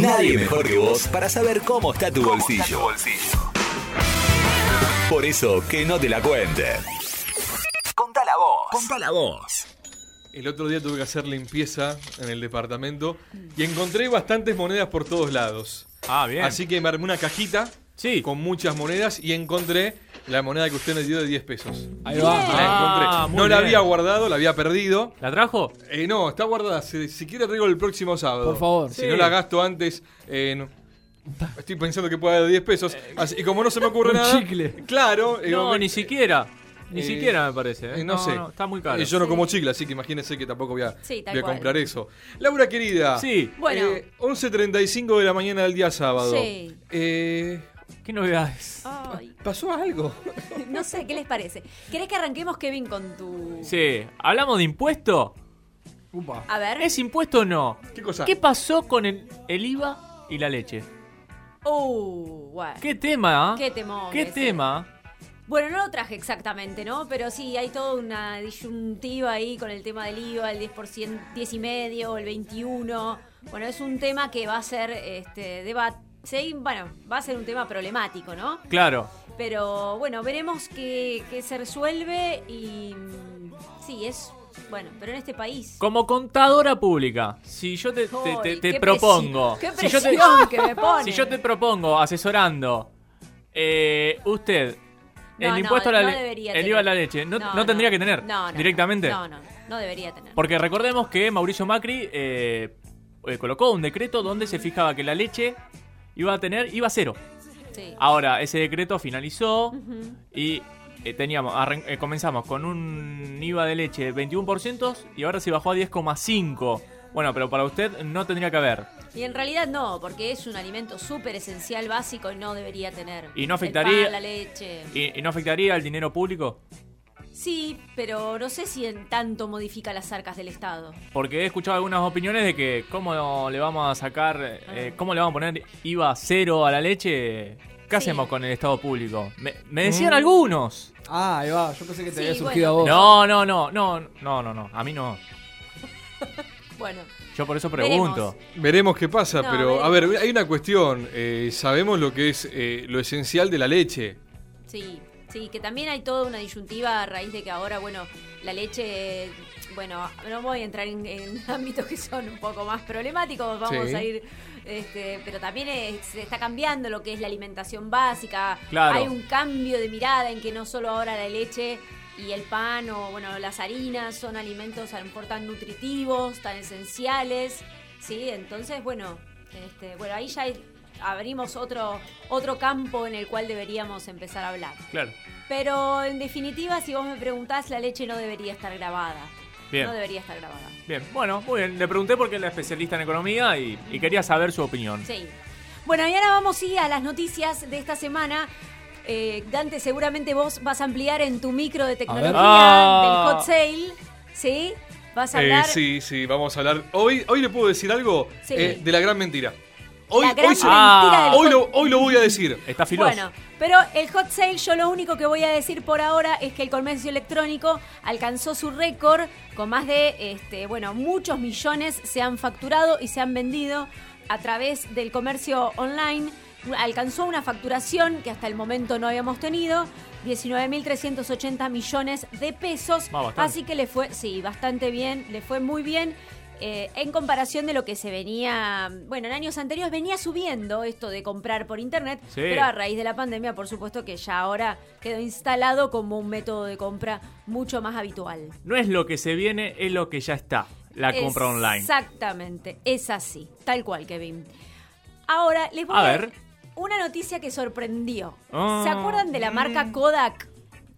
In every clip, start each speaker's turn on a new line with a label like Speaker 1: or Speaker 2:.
Speaker 1: Nadie mejor que vos para saber cómo está tu bolsillo. Por eso, que no te la cuenten. Contala vos. Contala vos.
Speaker 2: El otro día tuve que hacer limpieza en el departamento y encontré bastantes monedas por todos lados.
Speaker 3: Ah, bien.
Speaker 2: Así que me armé una cajita
Speaker 3: Sí.
Speaker 2: con muchas monedas y encontré la moneda que usted me dio de 10 pesos.
Speaker 3: Ahí va.
Speaker 2: La
Speaker 3: Ah,
Speaker 2: encontré.
Speaker 3: muy
Speaker 2: No la
Speaker 3: bien.
Speaker 2: había guardado, la había perdido.
Speaker 3: ¿La trajo?
Speaker 2: Eh, no, está guardada. Si, si quiere traigo el próximo sábado.
Speaker 4: Por favor.
Speaker 2: Si
Speaker 3: Sí.
Speaker 2: no la gasto antes, eh, no. estoy pensando que pueda haber 10 pesos. Así- y como no se me ocurre
Speaker 4: Un
Speaker 2: nada.
Speaker 4: chicle.
Speaker 2: Claro. eh,
Speaker 3: Eh, No,
Speaker 2: me-
Speaker 3: ni siquiera. Ni
Speaker 2: eh,
Speaker 3: siquiera me parece. ¿eh?
Speaker 2: eh, no, sé.
Speaker 3: está muy caro.
Speaker 2: Eh, yo no como chicle, así que imagínense que tampoco voy a,
Speaker 5: Sí, tal
Speaker 2: voy a
Speaker 5: cual.
Speaker 2: comprar eso. Laura querida.
Speaker 3: Sí.
Speaker 5: Bueno.
Speaker 2: eh, 11.35 de la mañana del día sábado.
Speaker 5: Sí.
Speaker 2: Eh,
Speaker 3: ¿Qué novedades?
Speaker 5: Ay,
Speaker 2: ¿Pasó algo?
Speaker 5: no sé, ¿qué les parece? ¿Querés que arranquemos, Kevin, con tu.
Speaker 3: Sí. ¿Hablamos de impuesto?
Speaker 4: Upa.
Speaker 5: A ver.
Speaker 3: ¿Es impuesto o no?
Speaker 2: Ah, ¿Qué cosa?
Speaker 3: ¿Qué pasó con el, el IVA y la leche?
Speaker 5: Uh, bueno.
Speaker 3: ¿Qué tema? ah?
Speaker 5: Qué temón
Speaker 3: ¿Qué
Speaker 5: ese.
Speaker 3: tema?
Speaker 5: Bueno, no lo traje exactamente, ¿no? Pero sí, hay toda una disyuntiva ahí con el tema del IVA, el 10%, 10 y medio, el 21. Bueno, es un tema que va a ser este debate. bueno, va a ser un tema problemático, ¿no?
Speaker 3: Claro.
Speaker 5: Pero bueno, veremos que, se resuelve y mm, sí, es bueno, pero en este país.
Speaker 3: Como contadora pública, si yo te, te- te-
Speaker 5: Ay,
Speaker 3: te
Speaker 5: qué
Speaker 3: propongo.
Speaker 5: presi- qué
Speaker 3: si yo te-
Speaker 5: presión que me pone.
Speaker 3: Si yo te propongo, asesorando, eh, usted,
Speaker 5: No,
Speaker 3: el
Speaker 5: no,
Speaker 3: impuesto a la
Speaker 5: no
Speaker 3: le-
Speaker 5: debería
Speaker 3: el
Speaker 5: tener.
Speaker 3: IVA a la leche, no, no tendría que tener
Speaker 5: No, no,
Speaker 3: directamente.
Speaker 5: No, no, no debería tener.
Speaker 3: Porque recordemos que Mauricio Macri eh, eh, colocó un decreto donde se fijaba que la leche iba a tener IVA cero.
Speaker 5: Sí.
Speaker 3: Ahora, ese decreto finalizó
Speaker 5: Ujú.
Speaker 3: y eh, teníamos arran- eh, comenzamos con un IVA de leche de 21% y ahora se bajó a 10,5%. Bueno, pero para usted no tendría que haber.
Speaker 5: Y en realidad no, porque es un alimento súper esencial, básico y no debería tener.
Speaker 3: Y no
Speaker 5: El
Speaker 3: afectaría-
Speaker 5: pan, la leche.
Speaker 3: ¿Y, y no afectaría al dinero público?
Speaker 5: Sí, pero no sé si en tanto modifica las arcas del Estado.
Speaker 3: Porque he escuchado algunas opiniones de que cómo le vamos a sacar, eh,
Speaker 5: Ah.
Speaker 3: cómo le vamos a poner IVA cero a la leche. ¿Qué
Speaker 5: Sí. Mm.
Speaker 3: hacemos con el Estado público? Me, me decían algunos.
Speaker 4: Ah, ahí va. Yo pensé que te
Speaker 5: Sí,
Speaker 4: había surgido
Speaker 5: bueno.
Speaker 4: a vos.
Speaker 3: No, no, no, no, no, no, no. A mí no.
Speaker 5: Bueno,
Speaker 3: Yo por eso pregunto.
Speaker 2: Veremos qué pasa,
Speaker 5: No,
Speaker 2: pero a ver,
Speaker 5: veremos.
Speaker 2: hay una cuestión. eh, sabemos lo que es eh, lo esencial de la leche.
Speaker 5: Sí, sí, que también hay toda una disyuntiva a raíz de que ahora, bueno, la leche, eh, bueno, no voy a entrar en, en ámbitos que son un poco más problemáticos, vamos
Speaker 2: Sí.
Speaker 5: a ir, este, pero también es- se está cambiando lo que es la alimentación básica,
Speaker 3: Claro.
Speaker 5: hay un cambio de mirada en que no solo ahora la leche y el pan o bueno las harinas son alimentos a lo mejor tan nutritivos, tan esenciales, sí, entonces bueno, este, bueno ahí ya hay- abrimos otro otro campo en el cual deberíamos empezar a hablar.
Speaker 3: Claro.
Speaker 5: Pero en definitiva, si vos me preguntás, la leche no debería estar grabada.
Speaker 3: Bien.
Speaker 5: No debería estar grabada.
Speaker 3: Bien, bueno, muy bien. Le pregunté porque es la especialista en economía y, y quería saber su opinión.
Speaker 5: Sí. Bueno, y ahora vamos sí, a las noticias de esta semana. Eh, Dante, seguramente vos vas a ampliar en tu micro de tecnología
Speaker 3: Ah.
Speaker 5: del hot sale. ¿Sí? Vas a
Speaker 2: Eh,
Speaker 5: hablar.
Speaker 2: sí, sí, vamos a hablar. Hoy, hoy le puedo decir algo
Speaker 5: Sí.
Speaker 2: eh, de la gran mentira. Hoy,
Speaker 5: la gran
Speaker 2: hoy se-
Speaker 3: Ah.
Speaker 5: mentira del
Speaker 2: hoy
Speaker 5: hot-
Speaker 2: lo, hoy lo voy a decir.
Speaker 3: Está filoso.
Speaker 5: Bueno, pero el hot sale, yo lo único que voy a decir por ahora es que el comercio electrónico alcanzó su récord con más de, este, bueno, muchos millones se han facturado y se han vendido a través del comercio online. Alcanzó una facturación que hasta el momento no habíamos tenido, 19.380 millones de pesos.
Speaker 3: Va, bastante.
Speaker 5: Así que le fue, sí, bastante bien, le fue muy bien. eh, en comparación de lo que se venía, bueno, en años anteriores venía subiendo esto de comprar por internet,
Speaker 3: Sí.
Speaker 5: pero a raíz de la pandemia, por supuesto que ya ahora quedó instalado como un método de compra mucho más habitual.
Speaker 3: No es lo que se viene, es lo que ya está. La compra online.
Speaker 5: Exactamente, es así, tal cual, Kevin. Ahora, les voy
Speaker 3: A
Speaker 5: a,
Speaker 3: ver.
Speaker 5: una noticia que sorprendió.
Speaker 3: Ah.
Speaker 5: ¿Se acuerdan de la marca Kodak?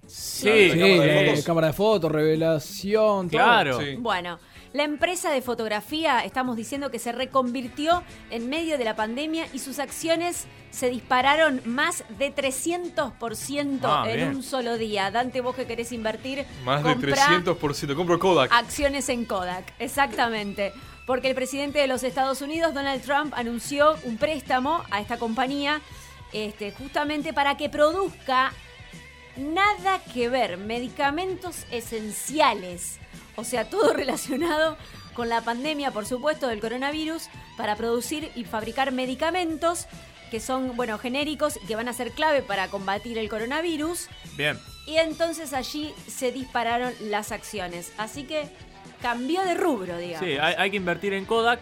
Speaker 3: Sí,
Speaker 4: Sí,
Speaker 2: Cámara de
Speaker 3: eh,
Speaker 4: eh, cámara de fotos, revelación, todo.
Speaker 3: claro.
Speaker 2: Sí.
Speaker 5: Bueno, la empresa de fotografía, estamos diciendo que se reconvirtió en medio de la pandemia y sus acciones se dispararon más de 300%
Speaker 3: Ah,
Speaker 5: en
Speaker 3: bien.
Speaker 5: un solo día. Dante, vos que querés invertir,
Speaker 2: Más de
Speaker 5: comprá
Speaker 2: 300%. Compro Kodak.
Speaker 5: acciones en Kodak, exactamente. Porque el presidente de los Estados Unidos, Donald Trump, anunció un préstamo a esta compañía este, justamente para que produzca nada que ver, medicamentos esenciales. O sea, todo relacionado con la pandemia, por supuesto, del coronavirus, para producir y fabricar medicamentos que son, bueno, genéricos y que van a ser clave para combatir el coronavirus.
Speaker 3: Bien.
Speaker 5: Y entonces allí se dispararon las acciones. Así que cambió de rubro, digamos.
Speaker 3: Sí, hay, hay que invertir en Kodak.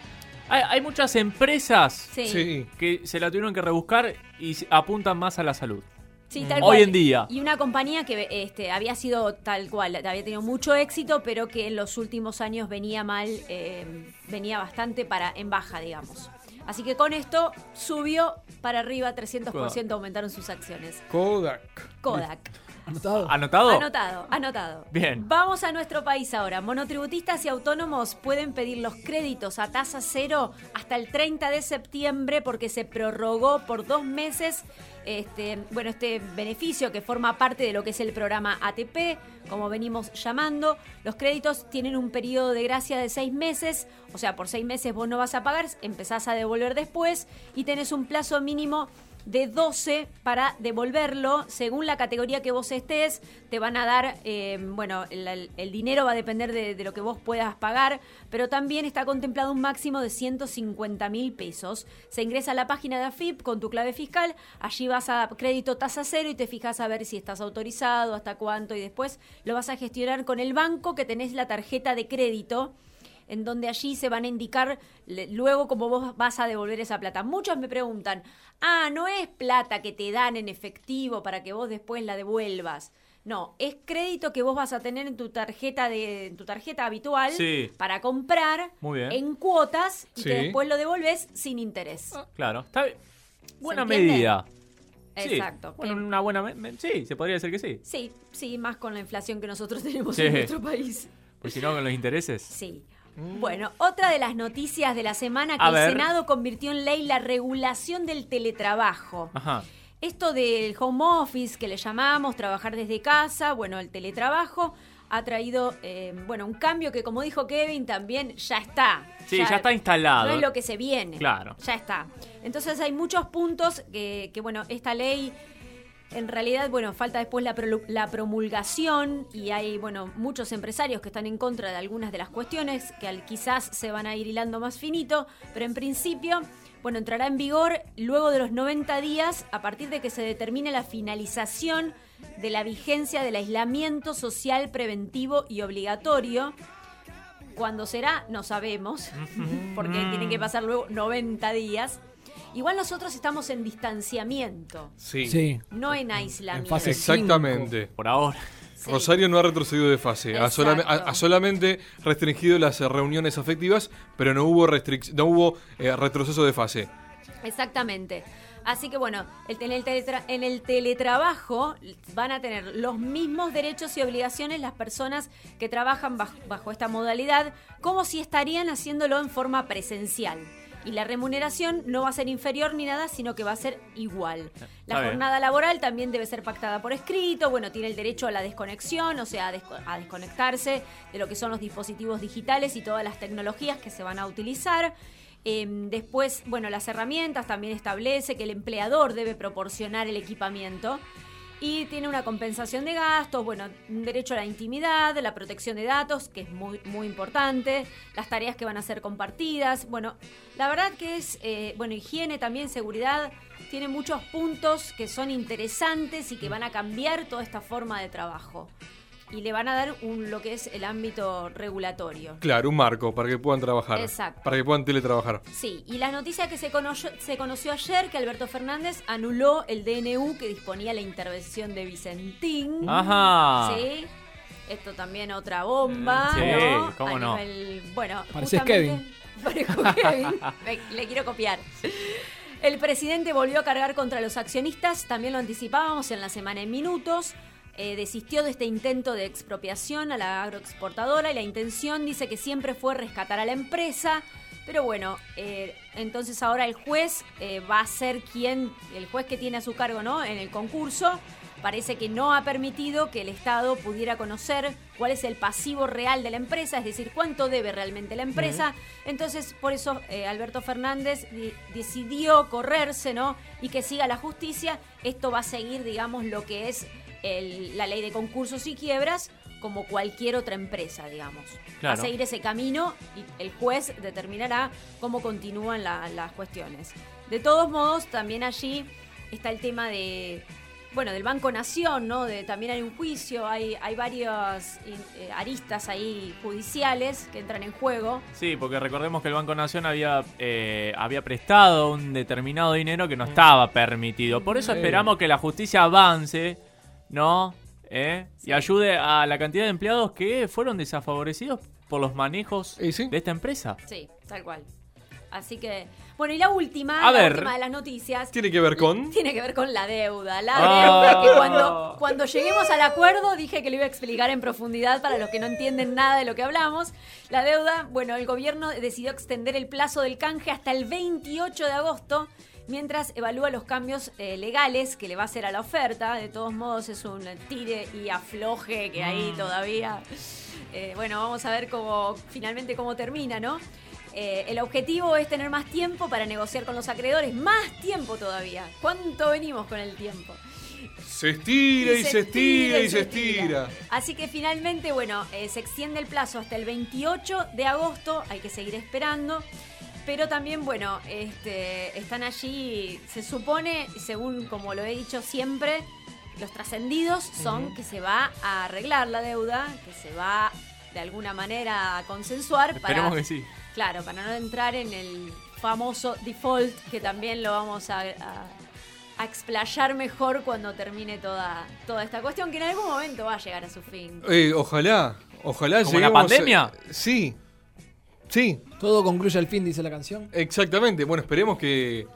Speaker 3: Hay, hay muchas empresas
Speaker 5: Sí,
Speaker 2: Sí.
Speaker 3: que se la tuvieron que rebuscar y se- apuntan más a la salud.
Speaker 5: Sí, tal
Speaker 3: Mm. Hoy
Speaker 5: cual.
Speaker 3: en día.
Speaker 5: Y una compañía que este, había sido tal cual, había tenido mucho éxito, pero que en los últimos años venía mal, eh, venía bastante para en baja, digamos. Así que con esto subió para arriba 300% aumentaron sus acciones.
Speaker 2: Kodak.
Speaker 5: Kodak.
Speaker 4: Anotado.
Speaker 2: Ah,
Speaker 3: ¿Anotado?
Speaker 5: Anotado, anotado.
Speaker 3: Bien.
Speaker 5: Vamos a nuestro país ahora. Monotributistas y autónomos pueden pedir los créditos a tasa cero hasta el 30 de septiembre porque se prorrogó por dos meses este, bueno, este beneficio que forma parte de lo que es el programa ATP, como venimos llamando. Los créditos tienen un periodo de gracia de seis meses, o sea, por seis meses vos no vas a pagar, empezás a devolver después y tenés un plazo mínimo de 12 para devolverlo. Según la categoría que vos estés, te van a dar, eh, bueno, el, el- el dinero va a depender de, de lo que vos puedas pagar, pero también está contemplado un máximo de 150 mil pesos. Se ingresa a la página de AFIP con tu clave fiscal, allí vas a crédito tasa cero y te fijas a ver si estás autorizado, hasta cuánto, y después lo vas a gestionar con el banco que tenés la tarjeta de crédito en donde allí se van a indicar le- luego cómo vos vas a devolver esa plata. Muchos me preguntan, ah, no es plata que te dan en efectivo para que vos después la devuelvas. No, es crédito que vos vas a tener en tu tarjeta de en tu tarjeta habitual
Speaker 3: Sí.
Speaker 5: para comprar
Speaker 3: Muy bien.
Speaker 5: en cuotas y que
Speaker 2: Sí.
Speaker 5: después lo devolves sin interés.
Speaker 3: Claro. Está bien. Buena
Speaker 5: entiende?
Speaker 3: medida. Sí.
Speaker 5: Exacto.
Speaker 3: Bueno,
Speaker 5: Eh,
Speaker 3: una buena. me- me- Sí, se podría decir que sí.
Speaker 5: Sí, sí, más con la inflación que nosotros tenemos
Speaker 3: Sí.
Speaker 5: en nuestro país.
Speaker 3: Porque si no, con los intereses.
Speaker 5: Sí. Bueno, otra de las noticias de la semana que
Speaker 3: Mm. A
Speaker 5: el
Speaker 3: ver.
Speaker 5: Senado convirtió en ley la regulación del teletrabajo.
Speaker 3: Ajá.
Speaker 5: Esto del home office que le llamamos, trabajar desde casa, bueno, el teletrabajo ha traído, eh, bueno, un cambio que como dijo Kevin también ya está.
Speaker 3: Sí, ya está instalado.
Speaker 5: No es lo que se viene.
Speaker 3: Claro.
Speaker 5: Ya está. Entonces hay muchos puntos que, que, bueno, esta ley en realidad, bueno, falta después la, prolu- la promulgación y hay, bueno, muchos empresarios que están en contra de algunas de las cuestiones que al- quizás se van a ir hilando más finito, pero en principio, bueno, entrará en vigor luego de los 90 días a partir de que se determine la finalización de la vigencia del aislamiento social preventivo y obligatorio. Cuando será, no sabemos, porque tienen que pasar luego 90 días. Igual nosotros estamos en distanciamiento.
Speaker 2: Sí.
Speaker 4: Sí.
Speaker 5: No en aislamiento.
Speaker 4: En fase cinco.
Speaker 2: Exactamente.
Speaker 3: Por ahora.
Speaker 5: Sí.
Speaker 2: Rosario no ha retrocedido de fase, ha,
Speaker 5: Exacto.
Speaker 2: solame- ha- ha solamente restringido las eh, reuniones afectivas, pero no hubo restric- no hubo eh, retroceso de fase.
Speaker 5: Exactamente. Así que bueno, el- en el, teletra- en el teletrabajo van a tener los mismos derechos y obligaciones las personas que trabajan baj- bajo, esta modalidad como si estarían haciéndolo en forma presencial. Y la remuneración no va a ser inferior ni nada, sino que va a ser igual. La
Speaker 3: Está bien.
Speaker 5: jornada laboral también debe ser pactada por escrito, bueno, tiene el derecho a la desconexión, o sea, a, desco- a desconectarse de lo que son los dispositivos digitales y todas las tecnologías que se van a utilizar. Eh, después, bueno, las herramientas también establece que el empleador debe proporcionar el equipamiento. Y tiene una compensación de gastos, bueno, un derecho a la intimidad, la protección de datos, que es muy, muy importante, las tareas que van a ser compartidas. Bueno, la verdad que es, eh, bueno, higiene también, seguridad, tiene muchos puntos que son interesantes y que van a cambiar toda esta forma de trabajo. Y le van a dar un, lo que es el ámbito regulatorio.
Speaker 2: Claro, un marco para que puedan trabajar.
Speaker 5: Exacto.
Speaker 2: Para que puedan teletrabajar.
Speaker 5: Sí, y la noticia que se conoció, se conoció ayer, que Alberto Fernández anuló el DNU que disponía la intervención de Vicentín.
Speaker 3: Ajá.
Speaker 5: Sí. Esto también otra bomba.
Speaker 3: Mm, sí,
Speaker 5: ¿no?
Speaker 3: cómo
Speaker 5: A
Speaker 3: no.
Speaker 5: nivel- bueno,
Speaker 4: Pareces
Speaker 5: justamente- Parezco Kevin. Me- le quiero copiar. El presidente volvió a cargar contra los accionistas, también lo anticipábamos en la semana en minutos. Eh, desistió de este intento de expropiación a la agroexportadora y la intención dice que siempre fue rescatar a la empresa. Pero bueno, eh, entonces ahora el juez eh, va a ser quien, el juez que tiene a su cargo ¿no? en el concurso, parece que no ha permitido que el Estado pudiera conocer cuál es el pasivo real de la empresa, es decir, cuánto debe realmente la empresa. Entonces, por eso eh, Alberto Fernández di- decidió correrse, ¿no? Y que siga la justicia. Esto va a seguir, digamos, lo que es el- la ley de concursos y quiebras. como cualquier otra empresa, digamos. Va a
Speaker 3: Claro.
Speaker 5: seguir ese camino y el juez determinará cómo continúan la- las cuestiones. De todos modos, también allí está el tema de, bueno, del Banco Nación, ¿no? De, también hay un juicio, hay, hay varias eh, aristas ahí judiciales que entran en juego.
Speaker 3: Sí, porque recordemos que el Banco Nación había, eh, había prestado un determinado dinero
Speaker 2: Mm.
Speaker 3: que no estaba permitido. Por eso
Speaker 4: Sí.
Speaker 3: esperamos que la justicia avance, ¿no? ¿Eh? Y ayude a la cantidad de empleados que fueron desfavorecidos por los manejos
Speaker 2: ¿Y sí?
Speaker 3: de esta empresa.
Speaker 5: Sí, tal cual. Así que, bueno, y la última,
Speaker 3: A
Speaker 5: la
Speaker 3: ver.
Speaker 5: última de las noticias.
Speaker 2: ¿Tiene que ver con?
Speaker 5: Tiene que ver con la deuda. La
Speaker 3: Ah.
Speaker 5: deuda que cuando, cuando lleguemos al acuerdo dije que lo iba a explicar en profundidad para los que no entienden nada de lo que hablamos. La deuda, bueno, el gobierno decidió extender el plazo del canje hasta el 28 de agosto mientras evalúa los cambios eh, legales que le va a hacer a la oferta. De todos modos es un tire y afloje que ahí todavía... Eh, bueno, vamos a ver cómo finalmente cómo termina, ¿no? Eh, el objetivo es tener más tiempo para negociar con los acreedores, más tiempo todavía. ¿Cuánto venimos con el tiempo?
Speaker 2: Se estira y se estira y se estira.
Speaker 5: Así que finalmente, bueno, eh, se extiende el plazo hasta el 28 de agosto, hay que seguir esperando. Pero también, bueno, este, están allí, se supone, según como lo he dicho siempre, los trascendidos son que se va a arreglar la deuda, que se va de alguna manera a consensuar
Speaker 3: Esperemos
Speaker 5: para,
Speaker 3: que sí.
Speaker 5: Claro, para no entrar en el famoso default, que también lo vamos a, a- a explayar mejor cuando termine toda, toda esta cuestión, que en algún momento va a llegar a su fin.
Speaker 2: Eh, ojalá, ojalá
Speaker 3: ¿Como la
Speaker 2: lleguemos a-
Speaker 3: pandemia?
Speaker 2: sí, sí,
Speaker 4: Todo concluye al fin, dice la canción.
Speaker 2: exactamente. Bueno, esperemos que,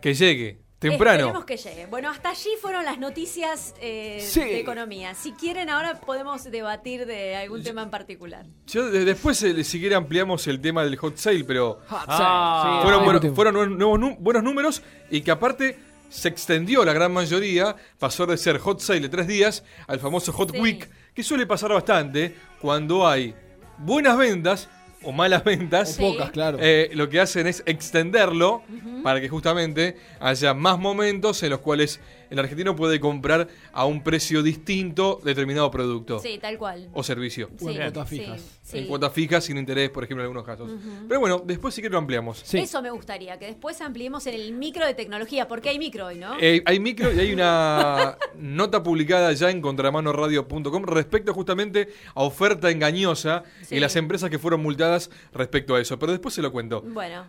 Speaker 2: que llegue temprano.
Speaker 5: Esperemos que llegue. Bueno, hasta allí fueron las noticias eh,
Speaker 4: Sí.
Speaker 5: de economía. Si quieren, ahora podemos debatir de algún tema en particular.
Speaker 2: Yo, de- después, eh, si quiere, ampliamos el tema del hot sale, pero
Speaker 3: Ah.
Speaker 4: Sí,
Speaker 2: fueron,
Speaker 4: sí,
Speaker 2: bueno-
Speaker 4: discutimos.
Speaker 2: fueron nue- nuevos nu- buenos números y que aparte se extendió la gran mayoría, pasó de ser hot sale de tres días al famoso hot
Speaker 5: Sí.
Speaker 2: week, que suele pasar bastante cuando hay buenas ventas o malas ventas.
Speaker 5: Sí.
Speaker 4: Pocas, claro.
Speaker 2: Eh, lo que hacen es extenderlo para que justamente haya más momentos en los cuales el argentino puede comprar a un precio distinto determinado producto
Speaker 5: Sí, tal cual.
Speaker 2: o servicio.
Speaker 5: Sí,
Speaker 4: O en cuotas
Speaker 5: sí,
Speaker 4: fijas.
Speaker 5: sí.
Speaker 2: En cuota fija, sin interés, por ejemplo, en algunos casos. Pero bueno, después sí que lo ampliamos.
Speaker 4: Sí.
Speaker 5: Eso me gustaría, que después ampliemos en el micro de tecnología, porque hay micro hoy, ¿no?
Speaker 2: Eh, hay micro y hay una nota publicada ya en contramanoradio.com respecto justamente a oferta engañosa
Speaker 5: Sí.
Speaker 2: y las empresas que fueron multadas respecto a eso. Pero después se lo cuento.
Speaker 5: Bueno.